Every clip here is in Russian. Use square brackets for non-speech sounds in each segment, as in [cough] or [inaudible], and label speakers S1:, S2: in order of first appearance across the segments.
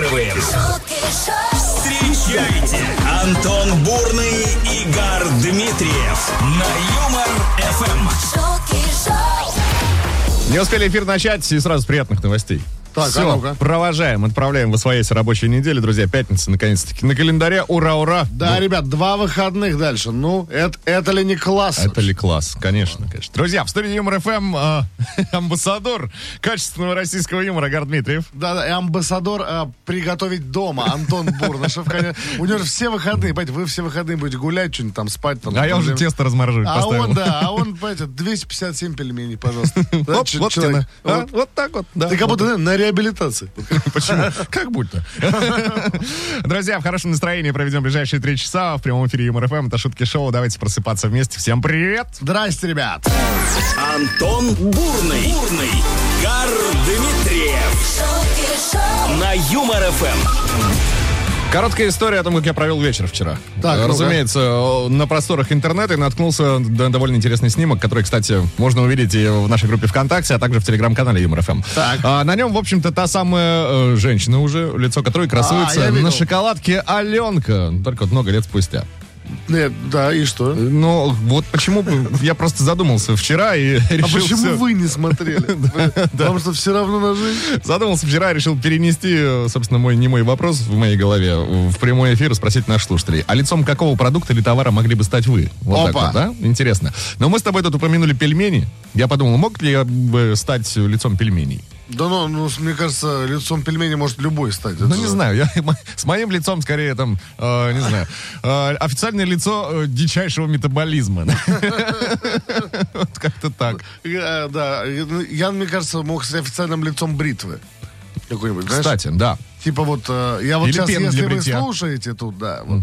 S1: Эм. Встречайте Антон Бурный и Игорь Дмитриев на Юмор Эм. ФМ.
S2: Не успели эфир начать, и сразу приятных новостей.
S3: Так,
S2: Все,
S3: а ну-ка.
S2: провожаем, отправляем в освоясь рабочей недели, друзья. Пятница, наконец-таки, на календаре. Ура, ура. Ну,
S3: Да, ребят, два выходных дальше. Ну, это, это ли не класс?
S2: Это ли класс? Конечно, конечно. Друзья, в студии Юмор ФМ э, [laughs] амбассадор качественного российского юмора Гар Дмитриев.
S3: Да, да, и амбассадор э, приготовить дома Антон Бурнышев. конечно. У него же все выходные, понимаете, вы все выходные будете гулять, что-нибудь там спать. Там,
S2: А я уже
S3: Блин.
S2: тесто размораживать
S3: А
S2: поставил.
S3: он, да, а он, понимаете, 257 пельменей, пожалуйста.
S2: [laughs]
S3: Да,
S2: Оп,
S3: ч-
S2: вот
S3: человек.
S2: тебе на. А,
S3: Вот.
S2: вот так [laughs] вот. да.
S3: Ты как будто знаешь, на реабилитации.
S2: Почему? Как будто. [laughs] Друзья, в хорошем настроении проведем ближайшие три часа в прямом эфире Юмор ФМ. Это шутки шоу. Давайте просыпаться вместе. Всем привет!
S3: Здрасте, ребят.
S1: Антон Бурный. Бурный. Гар Дмитриев на Юмор Эм. ФМ.
S2: Короткая история о том, как я провел вечер вчера.
S3: Так, ну-ка.
S2: Разумеется, э, на просторах интернета я наткнулся на довольно интересный снимок, который, кстати, можно увидеть и в нашей группе ВКонтакте, а также в телеграм-канале Юмор ФМ.
S3: Так.
S2: А, на нем, в общем-то, та самая э, женщина уже, лицо которой красуется
S3: А, я видел.
S2: на шоколадке Аленка. Только вот много лет спустя.
S3: Нет, да, и что?
S2: Ну, вот почему бы- я просто задумался вчера и [laughs] решил...
S3: А почему
S2: всё-
S3: вы
S2: [laughs]
S3: не смотрели? Потому что все равно на жизнь.
S2: Задумался вчера, решил перенести, э, собственно, мой не мой вопрос в моей голове в прямой эфир и спросить наших слушателей. А лицом какого продукта или товара могли бы стать вы? Вот
S3: Опа.
S2: так вот, да? Интересно. Но мы с тобой тут упомянули пельмени. Я подумал, мог ли я бы стать лицом пельменей?
S3: Да ну, ну, мне кажется, лицом пельмени может любой стать.
S2: Ну,
S3: Это-
S2: не знаю. Я, [laughs] с моим лицом, скорее, там, э, не знаю, э, официальное лицо э, дичайшего метаболизма. [laughs] Вот как-то так.
S3: Э, Да, э, ну, я, мне кажется, мог с официальным лицом бритвы. Какой-нибудь, знаешь?
S2: Кстати, да.
S3: Типа вот, э, я вот
S2: Или
S3: сейчас,
S2: пена
S3: если
S2: для
S3: вы
S2: бритья.
S3: слушаете тут, да, вот,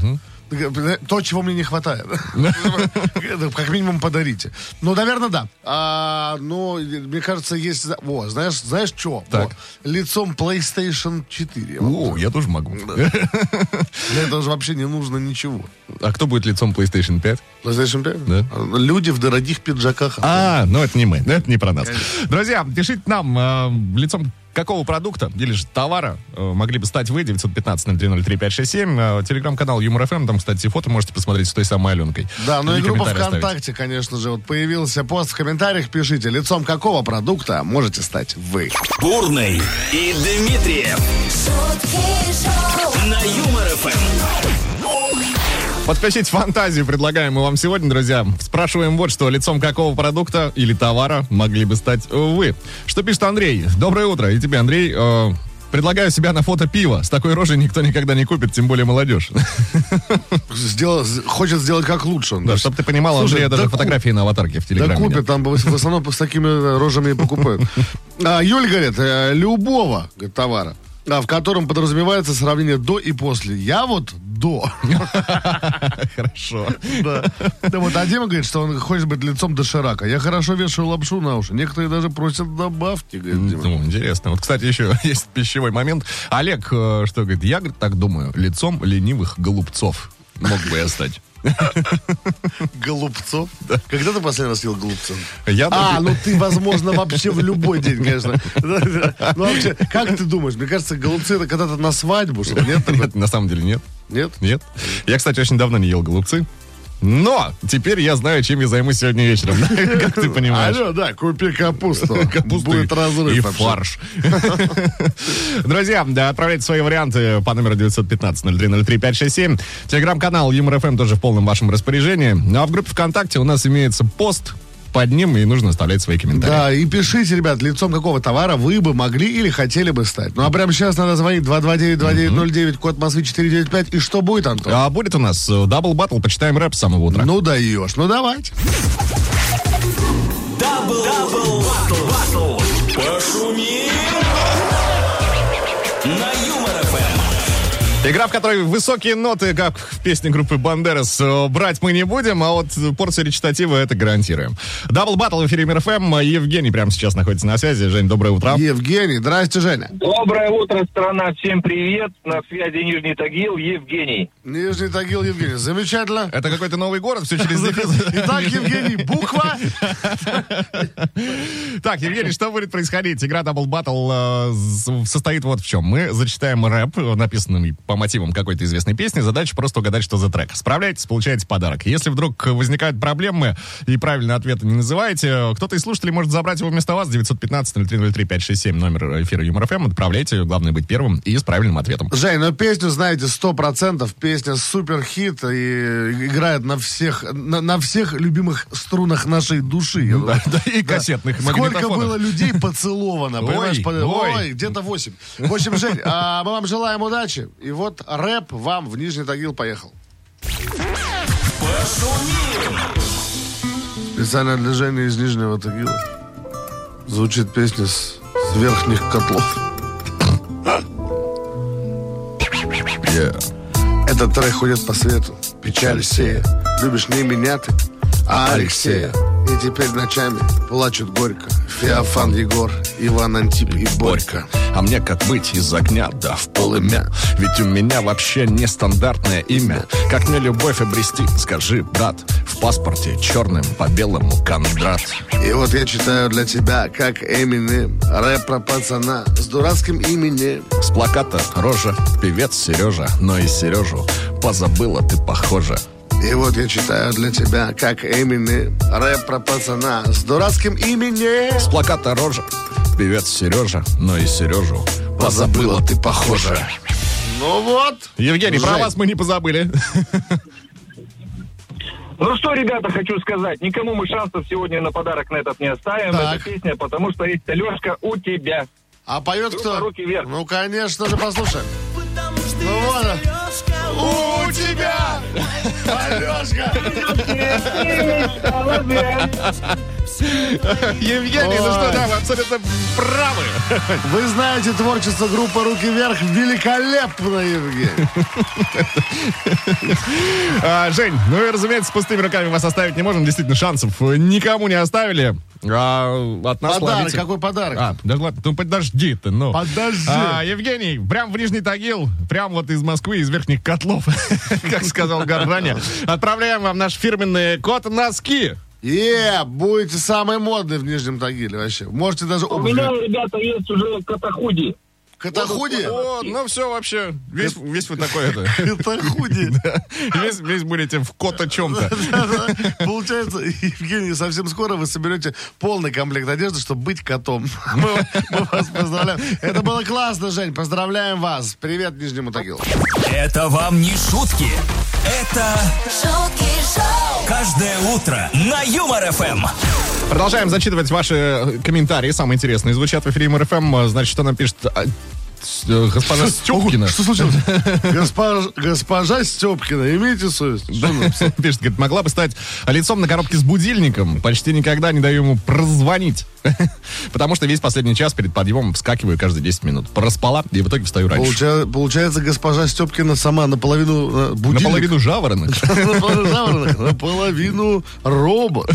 S3: Э, то, чего мне
S2: [laughs]
S3: не хватает. Это Как минимум подарите. Ну, наверное, да. А, Ну, мне кажется, есть... О, знаешь, знаешь что?
S2: Так.
S3: Лицом PlayStation 4.
S2: О, я тоже могу.
S3: Для этого же вообще не нужно ничего.
S2: [laughs] А кто будет лицом PlayStation 5?
S3: PlayStation 5? Люди в дорогих пиджаках.
S2: А, ну это не мы, это не про нас. Друзья, пишите нам э, лицом какого продукта или же товара э, могли бы стать вы, 915-0303-567, э, телеграм-канал Юмор ФМ, там, кстати, фото можете посмотреть с той самой Аленкой.
S3: Да, ну и группа
S2: комментарий оставить.
S3: ВКонтакте, конечно же. Вот появился пост в комментариях. Пишите, лицом какого продукта можете стать вы.
S1: Бурный и Дмитриев на Юмор Эм. ФМ.
S2: Подключить фантазию предлагаем мы вам сегодня, друзья. Спрашиваем вот что, лицом какого продукта или товара могли бы стать вы. Что пишет Андрей? Доброе утро, и тебе, Андрей. Э, Предлагаю себя на фото пива. С такой рожей никто никогда не купит, тем более молодежь.
S3: Сделал- хочет сделать как лучше. он
S2: Да,
S3: даже.
S2: чтобы ты понимал,
S3: Слушай,
S2: Андрея
S3: да
S2: даже
S3: ку-
S2: фотографии на аватарке в Телеграме.
S3: Да купят, там в в основном с такими э, рожами и покупают. А, Юль говорит, э, любого говорит, товара, а, в котором подразумевается сравнение до и после. Я вот до. [laughs]
S2: нет. [laughs] Хорошо.
S3: Да. Да Вот, а Дима говорит, что он хочет быть лицом доширака. Я хорошо вешаю лапшу на уши. Некоторые даже просят добавьте, говорит Дима.
S2: Ну, интересно. Вот, кстати, еще [laughs] есть пищевой момент. Олег, э, что говорит, я, говорит, так думаю, лицом ленивых голубцов мог бы я стать.
S3: Голубцов? Когда ты последний раз ел голубцов?
S2: Я
S3: А,
S2: даже-
S3: ну ты, возможно, вообще в любой день, конечно. Да, да. Ну вообще, как ты думаешь? Мне кажется, голубцы это когда-то на свадьбу, что ли? [laughs] нет? такого?
S2: Нет, на самом деле нет.
S3: Нет?
S2: Нет. Я, кстати, очень давно не ел голубцы. Но теперь я знаю, чем я займусь сегодня вечером. [laughs] Как ты понимаешь.
S3: Алло, да, купи капусту.
S2: [laughs] капусту
S3: Будет
S2: и-
S3: разрыв.
S2: и
S3: вообще.
S2: фарш. [laughs] Друзья, да, отправляйте свои варианты по номеру 915-0303-567. Телеграм-канал ЮморФМ тоже в полном вашем распоряжении. Ну а в группе ВКонтакте у нас имеется пост под ним, и нужно оставлять свои комментарии.
S3: Да, и пишите, ребят, лицом какого товара вы бы могли или хотели бы стать. Ну, а прямо сейчас надо звонить 229-2909, код Москвы 495. И что будет, Антон?
S2: А будет у нас э, дабл баттл, почитаем рэп с самого утра.
S3: Ну, даешь. Ну, давайте.
S1: Дабл, дабл, батл, батл. Пошумим на Юмор Эм. ФМ.
S2: Игра, в которой высокие ноты, как в песне группы Бандерас, э, брать мы не будем, а вот порцию речитатива это гарантируем. Дабл баттл в эфире МРФМ. Евгений прямо сейчас находится на связи. Жень, доброе утро.
S3: Евгений, здрасте, Женя.
S4: Доброе утро, страна. Всем привет. На связи Нижний Тагил, Евгений.
S3: Нижний Тагил, Евгений. Замечательно.
S2: Это
S3: [laughs]
S2: какой-то новый город, все через дефис.
S3: Итак, Евгений, буква.
S2: Так, Евгений, что будет происходить? Игра Double Battle э, с- состоит вот в чем. Мы зачитаем рэп, э, написанный по мотивам какой-то известной песни. Задача просто угадать, что за трек. Справляйтесь, получаете подарок. Если вдруг возникают проблемы и правильные ответы не называете, э, кто-то из слушателей может забрать его вместо вас. 915-0303-567, номер эфира Юмор ФМ. Отправляйте, главное быть первым и с правильным ответом.
S3: Жень, ну песню знаете сто процентов. Песня супер хит и играет на всех, на, на всех любимых струнах нашей души.
S2: [laughs] Ну Да, да, и кассетных
S3: Сколько
S2: магнитофонов.
S3: было людей поцеловано,
S2: Ой,
S3: понимаешь? под-
S2: ой.
S3: Ой, где-то 8. В общем, Жень, а, мы вам желаем удачи. И вот рэп вам в Нижний Тагил поехал. Специально для Жени из Нижнего Тагила звучит песня с, с верхних котлов. Этот трек ходит по свету, печаль сея. Любишь не меня ты, а Алексея. И теперь ночами плачут горько Феофан Егор, Иван Антип и Борька.
S2: А мне как быть из огня, да, в полымя Ведь у меня вообще нестандартное имя Как мне любовь обрести, скажи, брат В паспорте черным по белому Кондрат
S3: И вот я читаю для тебя, как Эминем, рэп про пацана с дурацким именем.
S2: С плаката рожа, певец Сережа Но и Сережу позабыла ты, похоже
S3: И вот я читаю для тебя, как Эминем, рэп про пацана с дурацким именем.
S2: С плаката рожа, певец Сережа Но и Сережу позабыла ты, похоже
S3: Ну вот.
S2: Евгений, про
S3: Жень.
S2: вас мы не [laughs] позабыли
S4: Ну что, ребята, хочу сказать, никому мы шансов сегодня на подарок на этот не оставим.
S3: Так.
S4: Эта песня, потому что есть Лешка у тебя.
S3: А поет кто?
S4: руки вверх.
S3: Ну, конечно же, послушаем.
S5: Потому что
S3: Ну
S5: я
S3: ладно.
S5: Сережка,
S3: У тебя, Алешка! [laughs]
S2: Евгений, ну что, да, вы абсолютно правы
S3: Вы знаете творчество группы «Руки вверх» великолепно, Евгений.
S2: А, Жень, ну и, разумеется, с пустыми руками вас оставить не можем. Действительно, шансов э, никому не оставили. А, от нас
S3: Подарок,
S2: ловите.
S3: какой подарок?
S2: А, да ладно, ну подожди ты, ну.
S3: Подожди.
S2: А, Евгений, прям в Нижний Тагил, прям вот из Москвы, из верхних котлов, [laughs] как сказал Гордане. Отправляем вам наш фирменный кот-носки.
S3: Е, будете самые модные в Нижнем Тагиле вообще. Можете даже...
S4: У
S3: обувь-
S4: меня, ребята, есть уже катахуди.
S3: Катахуди?
S2: О, ну все вообще, весь, весь вы такой
S3: [laughs]
S2: это.
S3: Катахуди.
S2: [laughs] Весь, весь будете в кота чем-то.
S3: Получается, Евгений, совсем скоро вы соберете полный комплект одежды, чтобы быть котом. Мы, мы вас поздравляем. Это было классно, Жень. Поздравляем вас. Привет Нижнему Тагилу. Ну,
S1: Это вам не шутки. Это
S5: шутки шоу,
S1: каждое утро на Юмор ФМ.
S2: Продолжаем зачитывать ваши э, комментарии. Самые интересные звучат в эфире МРФМ. Значит, что нам пишет а, с- э, госпожа Степкина.
S3: Что случилось? Госпожа, госпожа Степкина, имейте совесть. ну, Что она написала?
S2: [laughs] Пишет, говорит, могла бы стать лицом на коробке с будильником. Почти никогда не даю ему прозвонить. [laughs] Потому что весь последний час перед подъемом вскакиваю каждые 10 минут. Проспала и в итоге встаю раньше.
S3: Получа- получается, госпожа Степкина сама наполовину э, будильник.
S2: Наполовину
S3: [laughs]
S2: жаворонок.
S3: Наполовину жаворонок, наполовину робот.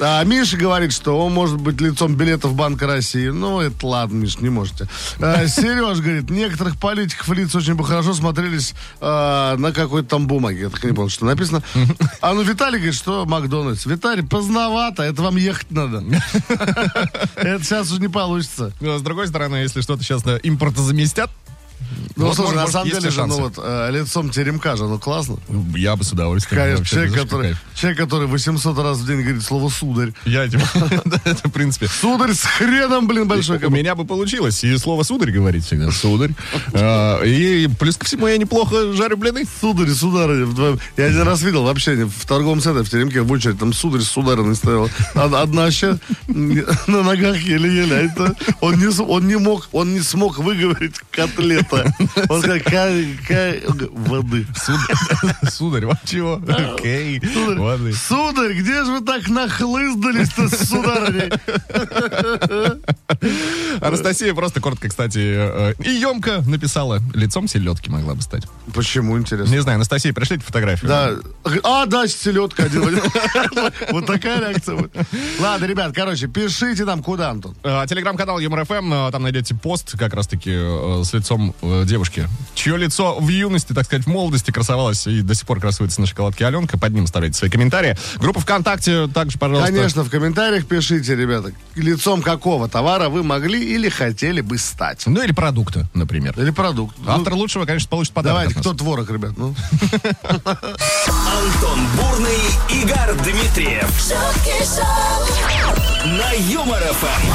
S3: А Миша говорит, что он может быть лицом билетов Банка России. Ну, это ладно, Миш, не можете. А, Сереж говорит, некоторых политиков и лиц очень бы хорошо смотрелись э, на какой-то там бумаге. Я так и не понял, что написано. А ну Виталий говорит, что Макдональдс. Виталий, поздновато, это вам ехать надо. Это сейчас уже не получится.
S2: Но, Ну, а С другой стороны, если что-то сейчас э, импорта заместят,
S3: Ну,
S2: Вот,
S3: слушай,
S2: может,
S3: на
S2: может,
S3: самом
S2: есть
S3: деле же, ну
S2: шансы.
S3: вот, э, лицом теремка же, ну классно.
S2: я бы с удовольствием.
S3: Конечно,
S2: вообще,
S3: человек
S2: знаешь,
S3: который,
S2: какая-
S3: человек, который 800 раз в день говорит слово «сударь».
S2: Я, типа, [laughs] да, это, в принципе,
S3: Сударь с хреном, блин, большой.
S2: У меня бы получилось и слово сударь говорить всегда. Сударь. А, И плюс ко всему я неплохо жарю блины.
S3: Сударь, сударыня. вдвоем. Я один раз видел вообще в торговом центре, в теремке, в очередь, там сударь с сударыной стояла. Од- Одна ща [laughs] на ногах еле-еле. а это он не, с- он не мог, он не смог выговорить котлета. Он сказал, «Ка- ка- воды.
S2: Сударь, [laughs] сударь вам чего? Окей.
S3: Сударь,
S2: Ладно.
S3: сударь, где же вы так нахлыздались-то с сударыней?
S2: Анастасия просто коротко, кстати, э, и емко написала. Лицом селедки могла бы стать.
S3: Почему, интересно?
S2: Не знаю, Анастасия, пришлите фотографию.
S3: Да. А, да, селедка один [laughs] в один. Вот такая реакция будет. Ладно, ребят, короче, пишите нам, куда, Антон.
S2: А, Э, Телеграм-канал Юмор ФМ, э, там найдете пост как раз-таки э, с лицом э, девушки, чье лицо в юности, так сказать, в молодости красовалось и до сих пор красуется на шоколадке Аленка. Под ним оставляйте свои комментарии. Группа ВКонтакте также, пожалуйста.
S3: Конечно, в комментариях пишите, ребята, лицом какого товара вы могли или хотели бы стать.
S2: Ну или продукты, например.
S3: Или продукт. Ну,
S2: Автор лучшего, конечно, получит подарок.
S3: давайте,
S2: от нас.
S3: кто творог, ребят? Ну.
S1: Антон Бурный, Игорь Дмитриев
S5: шутки шоу,
S1: на Юмор ФМ.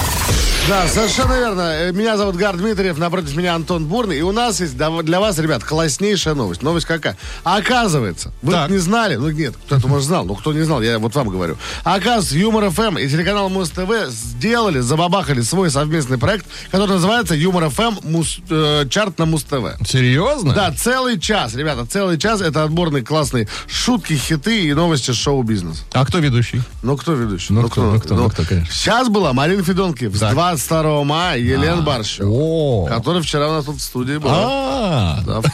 S3: Да, совершенно верно. Э, Меня зовут Гар Дмитриев, напротив меня Антон Бурный. И у нас есть дав- для вас, ребят, класснейшая новость. Новость какая? Оказывается, вы
S2: Так.
S3: не знали, ну нет, кто-то, может, знал, но кто не знал, я вот вам говорю. Оказывается, Юмор ФМ и телеканал Муз ТВ сделали, забабахали свой совместный проект, который называется Юмор ФМ Муз- э, Чарт на Муз ТВ.
S2: Серьезно?
S3: Да, целый час, ребята, целый час это отборные классные шутки, хиты и новости шоу-бизнеса.
S2: А кто ведущий?
S3: Ну, кто ведущий?
S2: Ну, кто, ну, кто, ну, кто, конечно.
S3: Сейчас была Марина Федонкив с
S2: Так. А,
S3: 22 мая Елена Барщева,
S2: О.
S3: которая вчера у нас тут в студии была.
S2: А.
S3: Да, в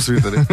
S2: [laughs]
S3: свитере.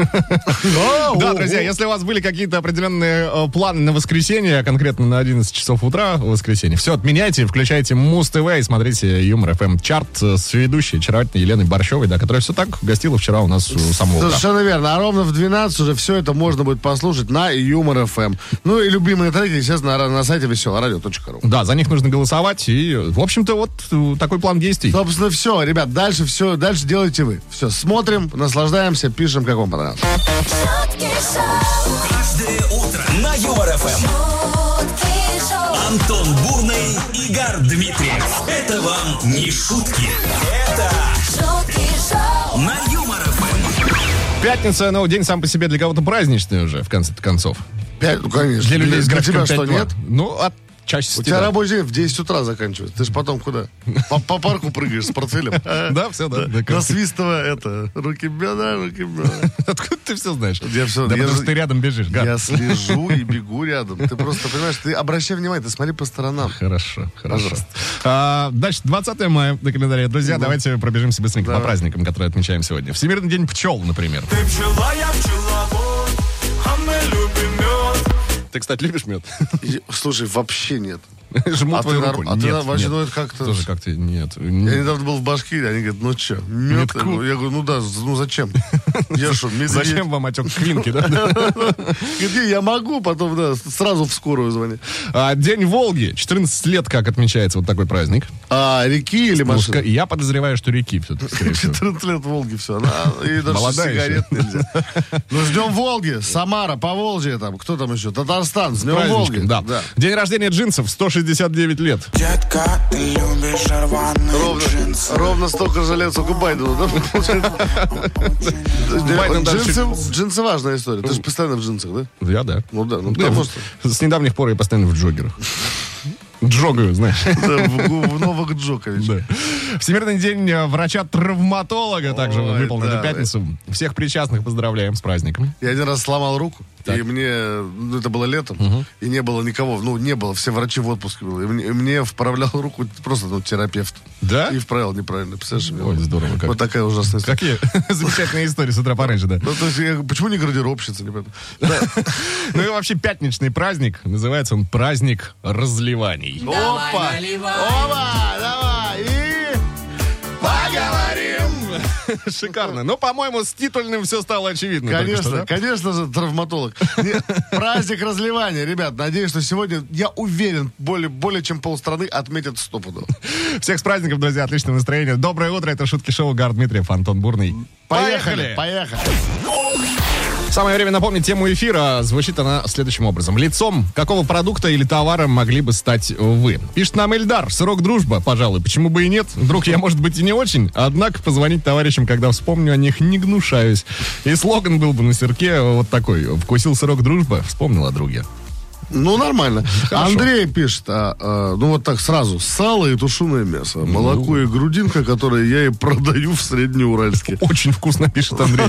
S2: Да, друзья, если у вас были какие-то определенные э, планы на воскресенье, а конкретно на 11 часов утра в воскресенье, все отменяйте, включайте Муз ТВ и смотрите Юмор ФМ чарт э, с ведущей очаровательной Еленой Борщевой, да, которая все так гостила вчера у нас у самого утра.
S3: Совершенно верно. А ровно в 12 уже все это можно будет послушать на Юмор ФМ. Ну и любимые треки, естественно, на- на сайте веселорадио.ру.
S2: Да, за них нужно голосовать. И, в общем-то, вот э, такой план действий.
S3: Собственно, все, ребят, дальше все, дальше делайте вы. Все, смотрим, наслаждаемся, пишем, как вам понравилось.
S5: шутки шоу,
S1: Каждое утро на Юмор ФМ.
S5: шутки шоу,
S1: Антон Бурный, Игорь Дмитриев. Это вам не шутки. Это
S5: шутки шоу,
S1: на Юмор ФМ.
S2: Пятница, но день сам по себе для кого-то праздничный уже, в конце концов.
S3: Пять, ну, конечно.
S2: Для людей с
S3: для
S2: графиком
S3: тебя что,
S2: 5-2.
S3: нет?
S2: Ну, а чаще
S3: У тебя рабочий день в 10 утра заканчивается. Ты же потом куда? По, по парку прыгаешь с портфелем.
S2: [laughs] Да, все, да. да, как-
S3: Насвистывая это. Руки бедра, руки бедра.
S2: Откуда ты все знаешь?
S3: Я всё-
S2: да
S3: я
S2: потому
S3: же-
S2: что ты рядом бежишь. Гад.
S3: Я слежу и бегу рядом. Ты просто понимаешь, ты обращай внимание, ты смотри по сторонам.
S2: Хорошо, хорошо.
S3: Пожалуйста.
S2: А, дальше, 20 мая на календаре. Друзья, давайте пробежимся быстренько
S3: Давай.
S2: по праздникам, которые отмечаем сегодня. Всемирный день пчел, например.
S6: Ты пчела, я пчеловод, а мы любим мед.
S2: Ты, кстати, любишь мед?
S3: И- Слушай, вообще нет.
S2: [laughs] Жму
S3: А
S2: твою
S3: ты нар-
S2: руку.
S3: а ты
S2: Нет,
S3: нар- вообще,
S2: нет.
S3: ну, это как-то-
S2: Тоже как-то нет.
S3: Я
S2: Не-
S3: недавно был в Башкирии, они говорят, ну что, мед? Я
S2: Медку?
S3: говорю, я говорю, ну да, з-
S2: [laughs]
S3: ну зачем? Я что, медведь?
S2: Зачем вам отек квинки, да?
S3: [laughs] Говорит, «Не, я могу, потом, да, с- сразу в скорую звони.
S2: А, День Волги. 14 лет как отмечается вот такой праздник.
S3: А реки или
S2: Ну, ска-
S3: машины?
S2: Я подозреваю, что реки все-таки, скорее всего.
S3: 14 лет Волги все. и даже
S2: А, Молодая
S3: сигарет нельзя.
S2: [laughs]
S3: Ну, с днем Волги, Самара, Поволжье там, кто там еще? Татарстан, с днем Ну, Волги.
S2: Праздничком, да. День рождения джинсов 169 лет.
S7: Детка, ты любишь рваные
S3: Ровно,
S7: джинсы
S3: ровно столько же лет, сколько Байдену, да?
S2: [laughs] Байден даже
S3: Джинсы, джинсы важная история. Ты же постоянно в джинсах,
S2: [laughs]
S3: да?
S2: Я, да.
S3: Ну да, ну
S2: Ну, я
S3: потому
S2: в-
S3: что
S2: С недавних пор я постоянно в джогерах. Джогаю, знаешь. [laughs]
S3: да, в гу- в Новак Джокович.
S2: Да. Всемирный день э, врача-травматолога также
S3: Ой,
S2: выполнен
S3: да,
S2: в пятницу. Всех причастных поздравляем с праздником.
S3: Я один раз сломал руку, и мне, ну это было летом, и не было никого, ну не было, все врачи в отпуске были. И мне, и мне вправлял руку просто, ну, терапевт.
S2: Да?
S3: И вправил неправильно, представляешь? мне
S2: Ой,
S3: вот-
S2: здорово как.
S3: Вот такая ужасная история.
S2: Какие [laughs] замечательные истории с утра пораньше, да.
S3: Ну, то есть, я- почему не гардеробщица, ребята?
S2: Ну и вообще пятничный праздник. Называется он праздник
S3: Ну.
S2: разливаний.
S3: Опа! Опа! Давай! И... Поговорим!
S2: [laughs] Шикарно. Ну, по-моему, с титульным все стало очевидно. только
S3: Конечно,
S2: что, да?
S3: конечно же, травматолог. Не, праздник разливания, ребят. Надеюсь, что сегодня, я уверен, более, более чем полстраны отметят стопуду.
S2: Всех с праздником, друзья, отличного настроения. Доброе утро, это Шутки Шоу, Гар Дмитриев, Антон Бурный.
S3: [laughs] Поехали! Поехали!
S2: Самое время напомнить тему эфира. Звучит она следующим образом. Лицом какого продукта или товара могли бы стать вы? Пишет нам Эльдар. Срок дружба, пожалуй. Почему бы и нет? Вдруг я, может быть, и не очень. Однако позвонить товарищам, когда вспомню о них, не гнушаюсь. И слоган был бы на серке вот такой. Вкусил срок дружба, вспомнил о друге.
S3: Ну, нормально.
S2: Хорошо.
S3: Андрей пишет, а, а, ну вот так сразу, сало и тушеное мясо, молоко и грудинка, которые я и продаю в Среднеуральске.
S2: Очень вкусно, пишет
S3: [laughs]
S2: Андрей.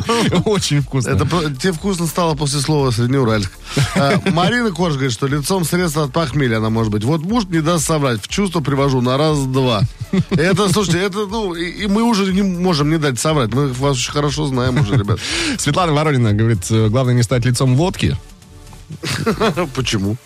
S2: Очень вкусно.
S3: Это про- тебе вкусно стало после слова Среднеуральск. А, Марина Корж говорит, что лицом средства от похмелья она может быть. Вот муж не даст соврать, в чувство привожу на раз-два. Это, слушайте, это, ну, и, и мы уже не можем не дать соврать. Мы вас очень хорошо знаем уже, ребят.
S2: Светлана Воронина говорит, э, главное не стать лицом водки.
S3: Почему?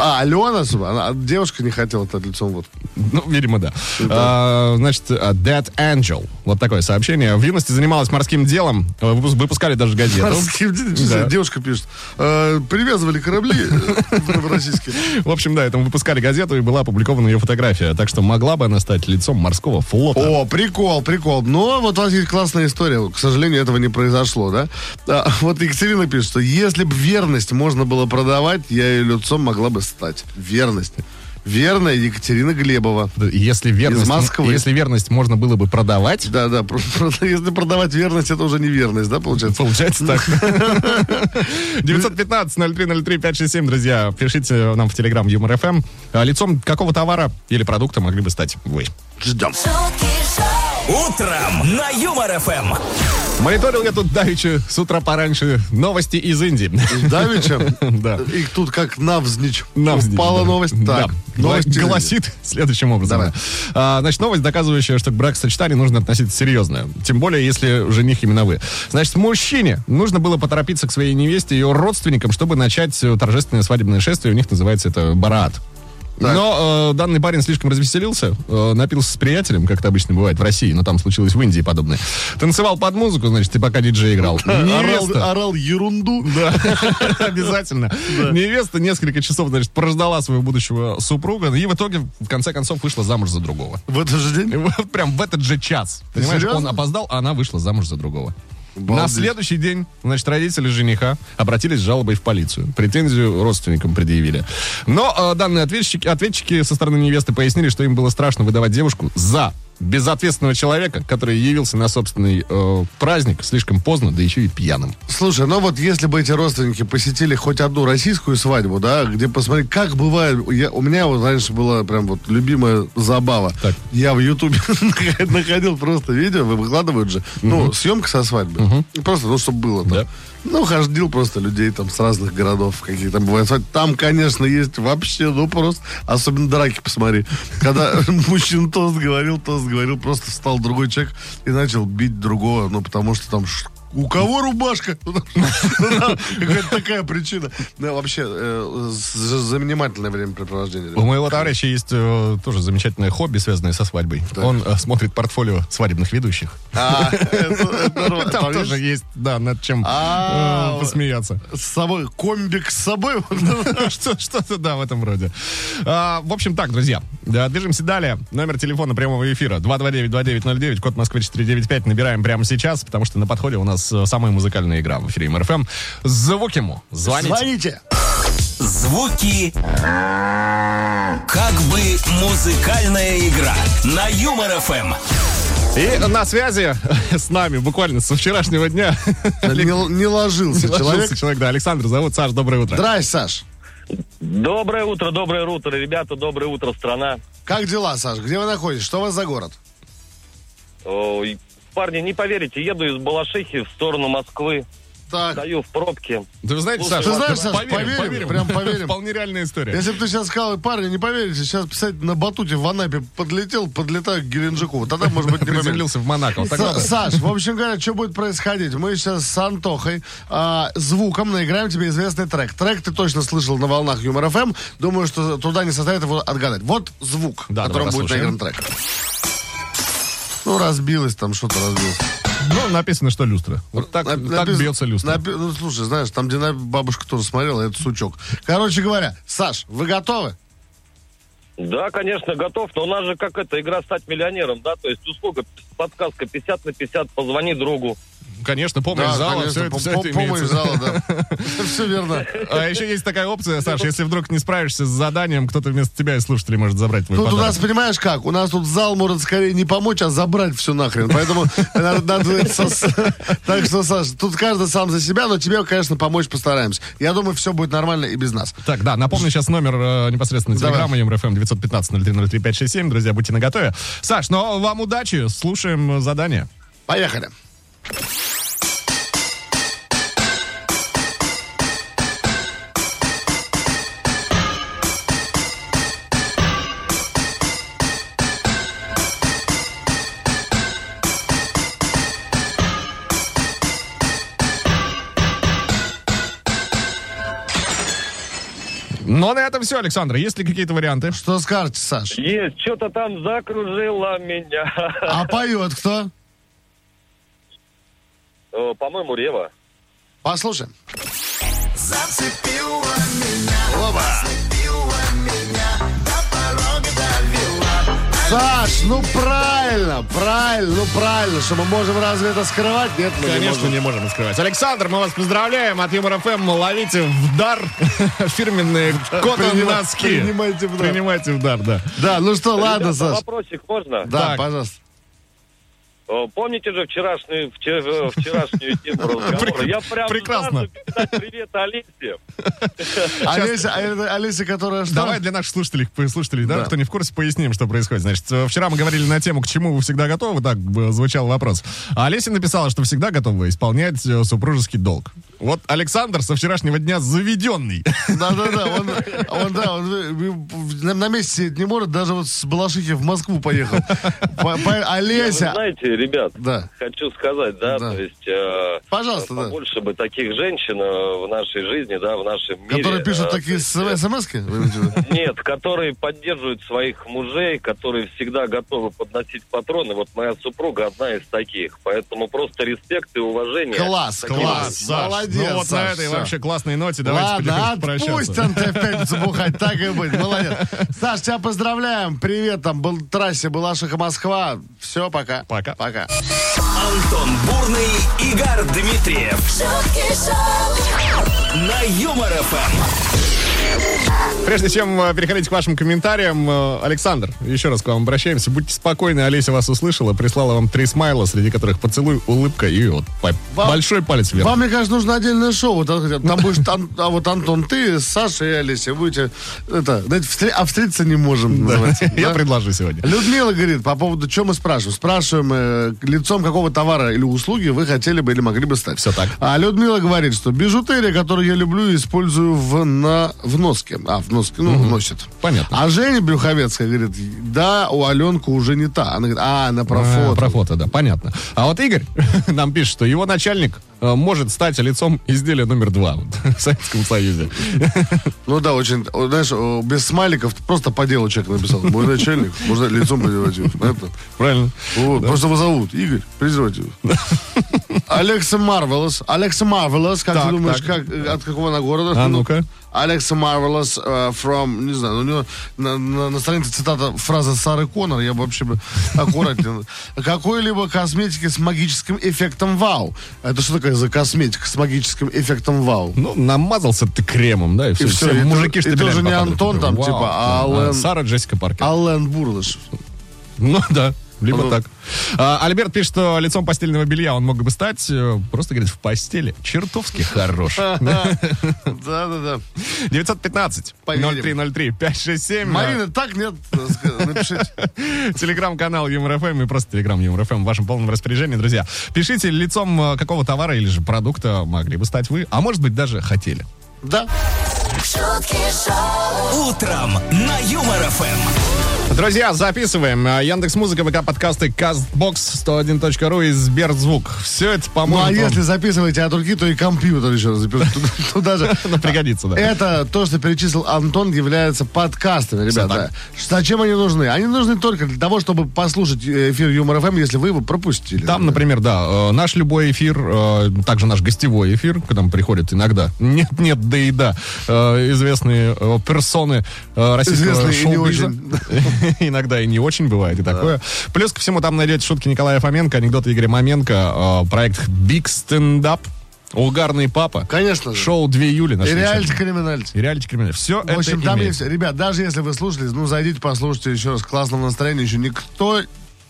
S3: А Алена, она- девушка не хотела стать лицом вот.
S2: Ну, видимо, да. А, значит, а, Dead Angel. Вот такое сообщение. В юности занималась морским делом. Э, выпус- Выпускали даже газету.
S3: Морским делом. Что за
S2: Да.
S3: Девушка пишет. «Э, Привязывали корабли э, российские.
S2: В общем, да, там выпускали газету, и была опубликована ее фотография. Так что могла бы она стать лицом морского флота.
S3: О, прикол, прикол. Но вот у вас есть классная история. К сожалению, этого не произошло, да? А, [laughs] вот Екатерина пишет, что если бы верность можно было продавать, я ее лицом могла бы стать. Верность. Верная Екатерина Глебова.
S2: Если верность,
S3: Москвы.
S2: если верность можно было бы продавать,
S3: Да, да, про- [laughs] про- если продавать верность, это уже не верность, да, получается?
S2: Получается
S3: [laughs]
S2: так. 915-0303-567, друзья. Пишите нам в Телеграм Юмор ФМ. А Лицом какого товара или продукта могли бы стать вы?
S3: Ждем.
S5: шутки шоу,
S1: Утром на Юмор ФМ.
S2: Мониторил я тут давеча с утра пораньше новости из Индии. [laughs]
S3: Давича. [laughs]
S2: Да.
S3: И тут как навзничь.
S2: Навзничь,
S3: Упала
S2: да.
S3: новость. Так,
S2: Да.
S3: новость
S2: Гла-
S3: из Индии.
S2: гласит [laughs] следующим образом.
S3: Давай.
S2: А, значит, новость, доказывающая, что к бракосочетанию нужно относиться серьезно. Тем более, если жених именно вы. Значит, мужчине нужно было поторопиться к своей невесте и ее родственникам, чтобы начать э, торжественное свадебное шествие. У них называется это барат.
S3: Так.
S2: Но э, данный парень слишком развеселился, э, напился с приятелем, как это обычно бывает в России, но там случилось в Индии подобное. Танцевал под музыку, значит, и пока диджей играл.
S3: Орал,
S2: Невеста-
S3: орал ерунду.
S2: да, [laughs] обязательно. Невеста несколько часов, значит, прождала своего будущего супруга, и в итоге, в конце концов, вышла замуж за другого.
S3: В этот же
S2: И
S3: день.
S2: вот [laughs] Прям в этот же час. Понимаешь,
S3: серьезно?
S2: он опоздал, а она вышла замуж за другого. На
S3: Обалдеть.
S2: следующий день, значит, родители жениха обратились с жалобой в полицию. Претензию родственникам предъявили. Но э, данные ответчики, ответчики со стороны невесты пояснили, что им было страшно выдавать девушку за безответственного человека, который явился на собственный э, праздник слишком поздно, да еще и пьяным.
S3: Слушай, ну вот если бы эти родственники посетили хоть одну российскую свадьбу, да, где посмотреть, как бывает... я- у меня вот раньше была прям вот любимая забава.
S2: Так.
S3: Я в Ютубе [laughs] находил просто видео, вы- выкладывают же, ну, съемка со свадьбы. Просто, ну, чтобы было там.
S2: Да.
S3: Ну, ходил просто людей там с разных городов, какие там бывают свадьбы. Там, конечно, есть вообще, ну, просто... Особенно драки, посмотри. Когда [laughs] мужчина тост говорил, тост говорил, просто встал другой человек и начал бить другого, ну, потому что там... ш- У кого рубашка? [laughs] Ну, там [laughs] Какая-то такая причина. Да, вообще, э, з- занимательное времяпрепровождение.
S2: У
S3: ребят.
S2: моего товарища есть э, тоже замечательное хобби, связанное со свадьбой. Он э, смотрит портфолио свадебных ведущих.
S3: А, [laughs] это- это нормально.
S2: Там
S3: [laughs] Там
S2: тоже
S3: есть
S2: есть, да, над чем
S3: А,
S2: э, посмеяться. [laughs]
S3: с собой комбик с собой. [laughs]
S2: Что- Что-то, да, в этом роде. А, В общем, так, друзья, да, движемся далее. Номер телефона прямого эфира 229-2909, код Москвы 495. Набираем прямо сейчас, потому что на подходе у нас э, самая музыкальная игра в эфире МРФМ. Звук ему. Звоните.
S3: Звоните.
S1: Звуки. Как бы музыкальная игра на Юмор ФМ.
S2: И на связи [laughs] с нами буквально со вчерашнего дня.
S3: Не не ложился человек.
S2: Человек, [laughs] человек, да, Александр зовут. Саш, доброе утро.
S3: Здрасте, Саш.
S8: Доброе утро, доброе утро, ребята, доброе утро, страна.
S3: Как дела, Саш? Где вы находитесь? Что у вас за город?
S8: Ой, парни, не поверите, еду из Балашихи в сторону Москвы,
S3: Так.
S8: стою в пробке.
S2: Да вы знаете,
S8: Слушай,
S2: Саша,
S8: ты
S3: знаешь, Саш,
S2: поверим,
S3: поверим, прям
S2: [laughs]
S3: поверим.
S2: Вполне реальная история.
S3: Если бы ты сейчас сказал, парни, не поверите, сейчас, писать на батуте в Анапе подлетел, подлетаю к Геленджику. Вот тогда, может быть, не поверите.
S2: Приземлился в Монако. Вот так
S3: Са- [laughs]
S2: надо?
S3: Саш, в общем говоря, что будет происходить? Мы сейчас с Антохой а, звуком наиграем тебе известный трек. Трек ты точно слышал на волнах Юмор ФМ. Думаю, что туда не составит его отгадать. Вот звук,
S2: Да,
S3: которым
S2: давай
S3: будет
S2: послушаем.
S3: наигран трек. Ну, разбилось там, что-то разбилось.
S2: Ну, написано, что люстра. Вот так,
S3: Нап-
S2: так
S3: Ну, напис-
S2: бьется люстра.
S3: напи- Ну, слушай, знаешь, там, где на- бабушка тоже смотрела, это сучок. Короче говоря, Саш, вы готовы?
S8: Да, конечно, готов, но у нас же как эта игра стать миллионером, да, то есть услуга, подсказка 50 на 50, позвони другу.
S2: Конечно, помощь зала, все это,
S3: пом-
S2: все
S3: пом-
S2: это
S3: помощь
S2: имеется.
S3: зала, да. [laughs] Все верно.
S2: А еще есть такая опция, Саш, если вдруг не справишься с заданием, кто-то вместо тебя и слушателей может забрать твой
S3: Тут у
S2: подарок.
S3: нас, понимаешь как, у нас тут зал может скорее не помочь, а забрать все нахрен. Поэтому надо- надо... со- с- [laughs] Так что, Саш, тут каждый сам за себя, но тебе, конечно, помочь постараемся. Я думаю, все будет нормально и без нас.
S2: Так, да, напомню сейчас номер э, непосредственно
S3: Давай.
S2: телеграмма ЮМРФМ 915-0303-567. Друзья, будьте наготове. Саш, ну вам удачи, слушаем э, задание.
S3: Поехали.
S2: Но Ну, на этом все, Александр. Есть ли какие-то варианты?
S3: Что скажете, Саш?
S8: Есть, что-то там закружило меня. [laughs]
S3: А поет кто?
S8: Э, По-моему, Рева.
S3: Послушаем.
S7: Зацепила меня, зацепила меня, до порога довела.
S3: Саш, ну правильно, правильно, ну правильно, что мы можем разве это скрывать? Нет, мы не
S2: Конечно,
S3: можем.
S2: не можем скрывать. Александр, мы вас поздравляем от Юмор ФМ. Ловите в дар [laughs] фирменные коты
S3: Принимай-
S2: носки.
S3: принимайте в дар.
S2: Принимайте в дар, да.
S3: Да, ну что, ладно,
S8: Ребята,
S3: Саш.
S8: Вопросик можно?
S3: Да,
S2: Так.
S3: пожалуйста.
S8: Э, Помните же вчерашнюю, вчер- вчерашнюю
S3: [laughs]
S8: тему разговора? Я прям
S2: Прекрасно.
S8: жажду передать привет Алисе.
S3: Олеся, а это Олеся, которая что?
S2: Давай для наших слушателей, по- слушателей, да,
S3: Да.
S2: кто не в курсе, поясним, что происходит. Значит, э, вчера мы говорили на тему, к чему вы всегда готовы, так э, звучал вопрос. А Олеся написала, что всегда готова исполнять э, супружеский долг. Вот Александр со вчерашнего дня [laughs] заведенный.
S3: Да-да-да, он, он, да, он э, на, на месте сидеть не может, даже вот с Балашихи в Москву поехал. По- по-
S8: Вы
S3: Олеся,
S8: знаете, ребят,
S3: Да.
S8: хочу сказать, да,
S3: Да.
S8: то есть... э,
S3: Пожалуйста, да.
S8: Побольше бы таких женщин э, в нашей жизни, да, в нашем мире.
S3: которые пишут
S2: а,
S8: Э,
S3: такие
S8: то есть, э,
S3: смс-ки? вы имеете в виду?
S8: [laughs] Нет, которые поддерживают своих мужей, которые всегда готовы подносить патроны. Вот моя супруга одна из таких. Поэтому просто респект и уважение.
S3: Класс,
S8: Таким
S3: класс,
S2: Саш,
S3: молодец,
S2: Ну вот на
S3: Саш,
S2: этой
S3: всё.
S2: вообще классной ноте [laughs] давайте
S3: Ладно,
S2: потихоньку
S3: отпусть
S2: прощаться.
S3: он тебя в пятницу бухать, так и
S2: [laughs]
S3: быть, молодец. Саш, тебя поздравляем, привет, там был трассе Балашиха Москва, все, пока.
S2: Пока.
S3: Пока.
S1: Антон Бурный, Игорь Дмитриев
S5: шутки шоу,
S1: на Юмор ФМ.
S2: Прежде чем э, переходить к вашим комментариям, э, Александр, еще раз к вам обращаемся. Будьте спокойны, Олеся вас услышала, прислала вам три смайла, среди которых поцелуй, улыбка и вот па-
S3: Вам-
S2: большой палец вверх.
S3: Вам, мне кажется, нужно отдельное шоу. Вот, э, Там будешь, Ан- а вот Антон, ты, Саша и Олеся будете, это, знаете, встр- а встретиться не можем, называется.
S2: [laughs] Я
S3: да?
S2: предложу сегодня.
S3: Людмила говорит по поводу, чего мы спрашиваем. Спрашиваем, э, лицом какого товара или услуги вы хотели бы или могли бы стать.
S2: Всё так.
S3: А Людмила говорит, что бижутерия, которую я люблю и использую в, на, в носке. А, в носке, ну, носит.
S2: Понятно.
S3: А Женя Брюховецкая говорит, да, у Аленка уже не та. Она говорит, а, она про
S2: А,
S3: фото.
S2: Про фото, да, понятно. А вот Игорь [laughs] нам пишет, что его начальник э, может стать лицом изделия номер два вот, [laughs] в Советском Союзе.
S3: Ну да, очень, о, знаешь, о, без смайликов просто по делу человек написал. Мой начальник, можно лицом презерватив. Понятно?
S2: Правильно?
S3: Вот, Просто его зовут Игорь, презерватив.
S2: [laughs]
S3: Алекса Марвелос. Алекса Марвелос, как
S2: Так,
S3: ты думаешь,
S2: так.
S3: как, э, от какого она города?
S2: А ну-ка.
S3: Алекса Марвелос э, from, не знаю, у него на, на- на странице цитата фраза Сары Коннор, я бы вообще бы
S2: [laughs]
S3: аккуратнее. Какой-либо косметики с магическим эффектом вау. Это что такое за косметика с магическим эффектом вау?
S2: Ну, намазался ты кремом, да, и все.
S3: И всё, и
S2: мужики
S3: тоже- и
S2: штабелями
S3: тоже не
S2: попадают.
S3: Антон там,
S2: Вау,
S3: типа, а
S2: да,
S3: Алан-
S2: Сара Джессика Паркер.
S3: Аллен
S2: [laughs]
S3: Бурлыш.
S2: Ну да. Либо
S3: Ну.
S2: так. А, Альберт пишет, что лицом постельного белья он мог бы стать, э, просто говорит, в постели. Чертовски хорош.
S3: Да-да-да.
S2: 915
S3: Поверим.
S2: 0303 567.
S3: Марина,
S2: [laughs]
S3: так нет, э, напишите.
S2: Телеграм-канал ЮморФМ и просто телеграм ЮморФМ в вашем полном распоряжении, друзья. Пишите лицом э, какого товара или же продукта могли бы стать вы, а может быть даже хотели.
S3: Да.
S5: шутки шоу,
S1: Утром на Юмор ФМ.
S2: Друзья, записываем. Э, Яндекс Музыка, ВК подкасты, Castbox 101.ру и Сберзвук. Все это
S3: Ну, а
S2: поможет
S3: если записываете от руки, то и компьютер еще раз запишите. Туда- [laughs] Туда
S2: [laughs]
S3: же.
S2: вам Ну, пригодится, да.
S3: Это то, что перечислил Антон, является подкастами, ребята. Зачем они нужны? Они нужны только для того, чтобы послушать э, эфир Юмор ФМ, если вы его пропустили.
S2: Там, например, да, э, наш любой эфир, э, также наш гостевой эфир, к нам приходят иногда. [laughs] Нет, нет, да и да. э, Известные э, персоны э, российского
S3: Известные и не
S2: шоу-биза. [laughs] Иногда и не очень бывает, и такое. Плюс ко всему там найдете шутки Николая Фоменко, анекдоты Игоря Моменко, э, проект Big Stand Up, Угарный папа.
S3: Конечно же.
S2: Шоу 2 июля. наш
S3: И реальти
S2: вечер.
S3: криминальти.
S2: И реалити криминал. Все это
S3: В общем, там
S2: имеется.
S3: есть. Ребят, даже если вы слушали, ну зайдите, послушайте еще раз. Классного настроения еще никто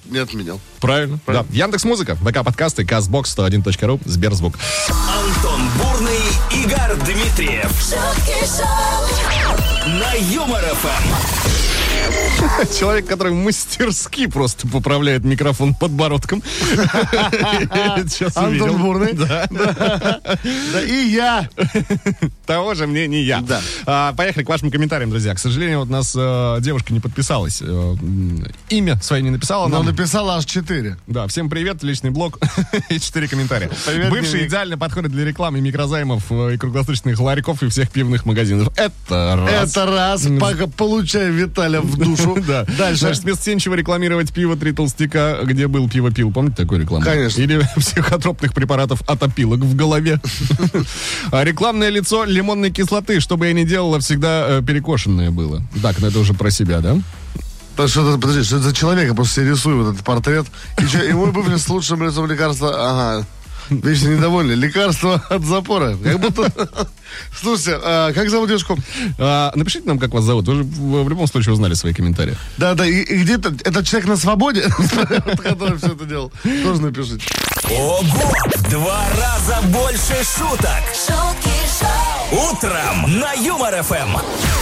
S3: не отменял.
S2: Правильно. Да. Яндекс Музыка, ВК подкасты, Казбокс 101.ру, Сберзвук.
S1: Антон Бурный, Игорь Дмитриев
S5: шутки шоу.
S1: на Юмор ФМ.
S2: Человек, который мастерски просто поправляет микрофон
S3: [laughs]
S2: подбородком. Сейчас увидел.
S3: Антон
S2: [laughs]
S3: Бурный.
S2: Да.
S3: Да и я.
S2: [laughs] Того же мне не я.
S3: Да.
S2: А, поехали к вашим комментариям, друзья. К сожалению, вот у нас э, девушка не подписалась. э, м, имя свое не написала.
S3: Но
S2: нам.
S3: написал аж 4.
S2: Да, всем привет, личный блог [laughs] и четыре комментария.
S3: Привет,
S2: Бывшие
S3: дневник.
S2: идеально подходят для рекламы микрозаймов э, и круглосуточных ларьков и всех пивных магазинов. Это раз.
S3: Это раз. Пока получай Виталя в душу.
S2: [laughs] Да.
S3: Дальше.
S2: Значит, вместо Сенчева рекламировать пиво «Три толстяка», где был пиво-пил. Помните такую рекламу?
S3: Конечно.
S2: Или [laughs] психотропных препаратов от опилок в
S3: [laughs]
S2: голове. А Рекламное лицо лимонной кислоты, что бы я ни делала, всегда э, перекошенное было. Так, ну это уже про себя, да?
S3: Да что это, подожди, что это за человек? Я просто себе рисую вот этот портрет. И, чё, и мой бывший с лучшим лицом лекарства... Ага. Вечно недовольный. Лекарство от запора. Как будто... Слушайте, а, как зовут девушку?
S2: А, Напишите нам, как вас зовут. Вы же в в любом случае узнали свои комментарии.
S3: Да, да, и, и где-то этот человек на свободе, [laughs] который все это делал. Тоже напишите.
S1: Ого! В два раза больше шуток.
S5: шутки шоу,
S1: Утром на Юмор ФМ.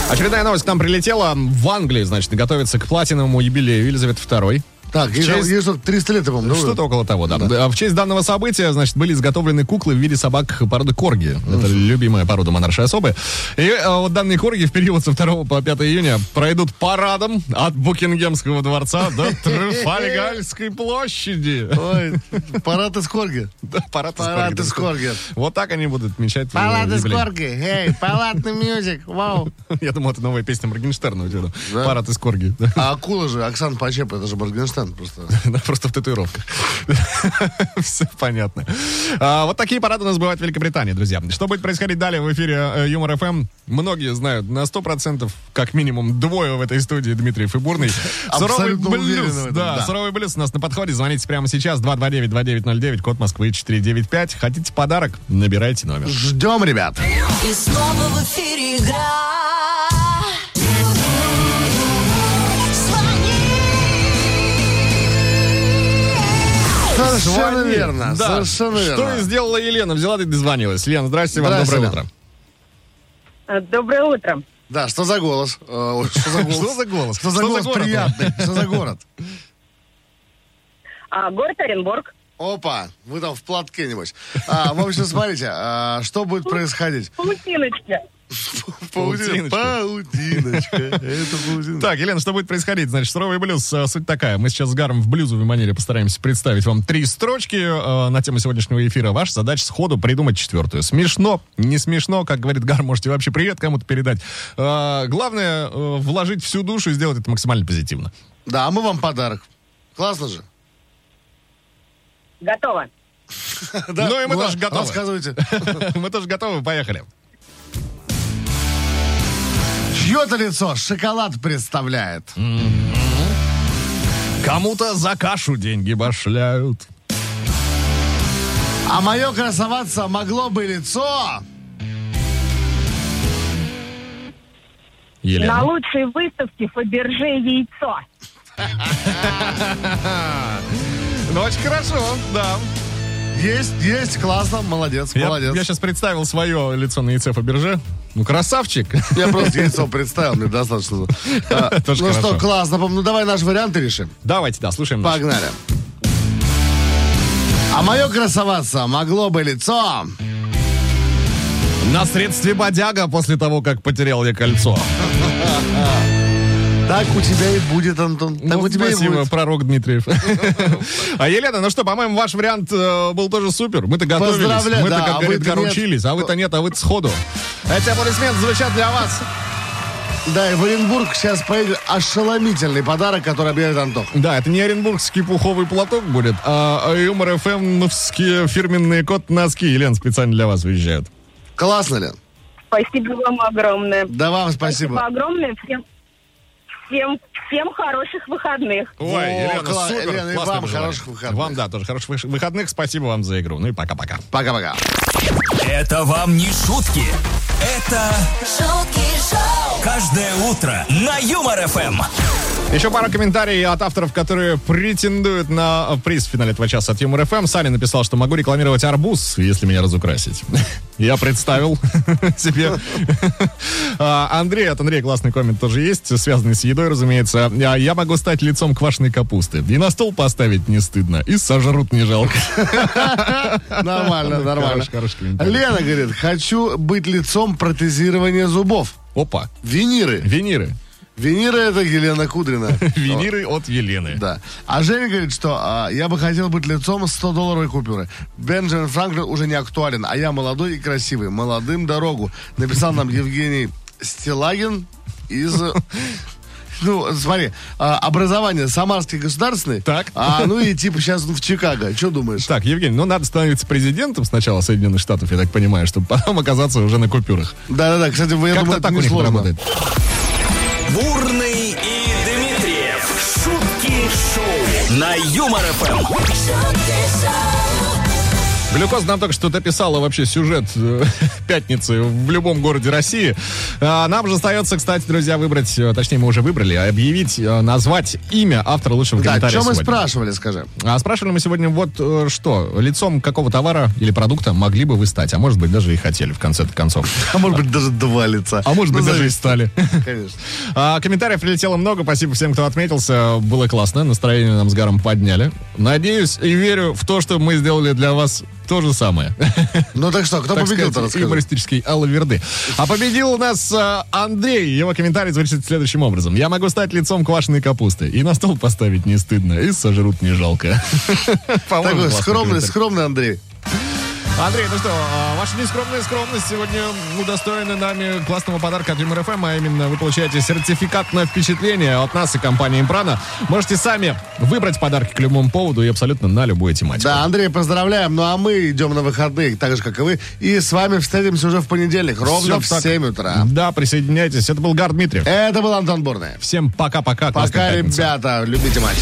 S2: Очередная новость к нам прилетела. В Англии, значит, готовится к платиновому юбилею Елизаветы II.
S3: Так, ей,
S2: честь-
S3: ей что, 300 лет, я помню. Ну да?
S2: Что-то около того, да. Да, В честь данного события, значит, были изготовлены куклы в виде собак породы корги. Это любимая порода монаршей особы. И э, вот данные корги в период со 2 по 5 июня пройдут парадом от Букингемского дворца
S3: [laughs]
S2: до Трафальгальской площади.
S3: Ой, парад из Корги.
S2: Да, Парад из
S3: Парад
S2: корги,
S3: из
S2: да.
S3: корги.
S2: Вот так они будут отмечать. э,
S3: Парад из
S2: юбилей.
S3: Корги. Эй, палатный мюзик. Вау.
S2: [laughs] Я думал, это новая песня Моргенштерна у тебя. там.
S3: Да?
S2: Парад из корги. [laughs] да.
S3: А акула же, Оксан Пачеп, это же Моргенштерн просто.
S2: [laughs] Да, просто в татуировках. Все понятно. А, Вот такие парады у нас бывают в Великобритании, друзья. Что будет происходить далее в эфире э, Юмор ФМ? Многие знают на 100%, как минимум, двое в этой студии Дмитриев и
S3: [laughs]
S2: Бурный. Суровый
S3: Абсолютно уверены в
S2: блюз.
S3: этом,
S2: Да,
S3: да.
S2: суровый блюз у нас на подходе. Звоните прямо сейчас. 229-2909, код Москвы 495. Хотите подарок? Набирайте номер.
S3: Ждем, ребят.
S5: и снова в эфире игра.
S3: Совершенно
S2: Звони.
S3: верно.
S2: Да.
S3: Совершенно
S2: Что и
S3: верно.
S2: сделала Елена? Взяла и дозвонилась. Лена, здрасте вам.
S3: Здрасте,
S2: Доброе
S3: Лен.
S2: утро.
S9: Э, Доброе утро.
S3: Да, что за голос? Э, ой, Что за
S2: Что за голос?
S3: Что за
S2: Что за
S3: голос
S2: город?
S3: приятный? Что за город?
S9: А, город Оренбург.
S3: Опа, вы там в платке, небось. А, в общем, смотрите, а, что будет происходить?
S9: Паутиночка.
S2: Паутиночка.
S3: Паутиночка. Это паутиночка.
S2: Так, Елена, что будет происходить? Значит, суровый блюз. э, Суть такая. Мы сейчас с Гаром в блюзовой манере постараемся представить вам три строчки э, на тему сегодняшнего эфира. Ваша задача сходу придумать четвертую. Смешно, не смешно, как говорит Гар, можете вообще привет кому-то передать. Э, главное, э, вложить всю душу и сделать это максимально позитивно.
S3: Да, а мы вам подарок. Классно же.
S9: Готово.
S3: Да,
S2: Ну и мы
S3: ла-
S2: тоже готовы.
S3: Рассказывайте.
S2: [laughs] Мы тоже готовы, поехали.
S3: Чье-то лицо шоколад представляет.
S2: Кому-то за кашу деньги башляют.
S3: А мое красоваться могло бы лицо.
S9: На
S2: Елена.
S9: лучшей выставке Фаберже яйцо.
S2: Ну, очень хорошо, да.
S3: Есть, есть, классно, молодец,
S2: Я,
S3: молодец.
S2: я сейчас представил свое лицо на яйце Фаберже. Ну, красавчик. [laughs]
S3: Я просто яйцо представил, мне достаточно. А,
S2: Тоже
S3: Ну
S2: хорошо.
S3: что, классно. Ну давай наш вариант решим.
S2: Давайте, да, слушаем. нас.
S3: Погнали. А мое красоваться могло бы лицо.
S2: На средстве бодяга после того, как потерял я кольцо.
S3: Так у тебя и будет, Антон. Так
S2: Ну,
S3: у тебя и
S2: спасибо,
S3: будет.
S2: пророк Дмитриев.
S3: [laughs]
S2: А Елена, ну что, по-моему, ваш вариант э, был тоже супер. Мы-то готовились.
S3: Поздравляю,
S2: Мы-то,
S3: да,
S2: как
S3: а
S2: говорит,
S3: вы-то
S2: Гар,
S3: нет.
S2: учились, а вы-то нет, а вы-то сходу. Эти аплодисменты звучат для вас.
S3: Да, и в Оренбург сейчас поедет ошеломительный подарок, который объявит Антон.
S2: Да, это не оренбургский пуховый платок будет, а юмор фмовские фирменные кот-носки. Елена, специально для вас выезжают.
S3: Классно, Лен?
S9: Спасибо вам огромное.
S3: Да вам спасибо.
S9: огромное. Всем, всем, всем хороших выходных.
S2: Ой,
S3: О,
S2: Елена,
S3: кла-
S2: супер.
S3: Елена, и
S2: классное
S3: вам
S2: пожелание.
S3: хороших выходных.
S2: Вам, да, тоже хороших выш- выходных. Спасибо вам за игру. Ну и пока-пока.
S3: Пока-пока.
S1: Это вам не шутки. Это
S5: шутки шоу,
S1: каждое утро на Юмор ФМ.
S2: Еще пара комментариев от авторов, которые претендуют на приз в финале этого часа от Юмор ФМ. Саня написал, что могу рекламировать арбуз, если меня разукрасить. [laughs] Я представил [laughs] себе. А, Андрей, от Андрея классный коммент тоже есть, связанный с едой, разумеется. А, Я могу стать лицом квашеной капусты. И на стол поставить не стыдно. И сожрут не жалко. [laughs]
S3: Нормально,
S2: Ну,
S3: нормально.
S2: хорош, хорош комментарий.
S3: Лена говорит, хочу быть лицом протезирования зубов.
S2: Опа,
S3: Виниры.
S2: виниры.
S3: Виниры это
S2: [laughs]
S3: Елена Кудрина.
S2: Виниры от Елены.
S3: Да. А Женя говорит, что а, я бы хотел быть лицом 100-долларовой купюры. Бенджамин Франклин уже не актуален, а я молодой и красивый. Молодым дорогу. Написал нам Евгений Стилагин
S2: [laughs]
S3: из... э, Ну, смотри, а, образование Самарский государственный.
S2: Так.
S3: А, ну и типа сейчас в Чикаго. Что думаешь?
S2: Так, Евгений, ну надо становиться президентом сначала Соединенных Штатов, я так понимаю, чтобы потом оказаться уже на купюрах.
S3: Да-да-да, кстати, я
S2: Как-то так
S3: думаю, это
S2: у них
S3: несложно.
S2: работает.
S1: Бурный и Дмитриев. Шутки шоу. На Юмор Эм. ФМ.
S5: шутки шоу,
S2: Глюкоз нам только что дописала вообще сюжет э, [laughs] пятницы в любом городе России. А, Нам же остается, кстати, друзья, выбрать, э, точнее, мы уже выбрали, объявить, э, назвать имя автора лучшего
S3: Да,
S2: комментария
S3: что мы
S2: сегодня.
S3: спрашивали, скажи.
S2: А спрашивали мы сегодня вот э, что, лицом какого товара или продукта могли бы вы стать, а может быть даже и хотели в конце концов.
S3: А может быть, даже два лица.
S2: А может
S3: Ну,
S2: быть даже и
S3: зависит,
S2: стали. [laughs]
S3: [laughs] Конечно.
S2: А, комментариев прилетело много, спасибо всем, кто отметился. Было классно, настроение нам с Гаром подняли. Надеюсь и верю в то, что мы сделали для вас то же самое. [laughs]
S3: Ну так что, кто
S2: Так
S3: победил-то,
S2: сказать,
S3: расскажи.
S2: юмористический Алаверды. А победил у нас э, Андрей. Его комментарий звучит следующим образом. Я могу стать лицом квашеной капусты. И на стол поставить не стыдно. И сожрут не
S3: [laughs]
S2: жалко. По-моему,
S3: Такой
S2: классный
S3: скромный,
S2: комментарий.
S3: скромный Андрей.
S2: Андрей, ну что, а, ваша нескромная скромность сегодня удостоена нами классного подарка от Юмор ФМ, а именно вы получаете сертификат на впечатление от нас и компании Импрана. Можете сами выбрать подарки к любому поводу и абсолютно на любую тематику.
S3: Да, Андрей, поздравляем. Ну а мы идем на выходные, так же, как и вы. И с вами встретимся уже в понедельник,
S2: Всё
S3: ровно в
S2: так.
S3: 7 утра.
S2: Да, присоединяйтесь. Это был Гар Дмитриев.
S3: Это был Антон Бурный.
S2: Всем пока-пока. классной
S3: Пока,
S2: пятницы.
S3: ребята, любите матч.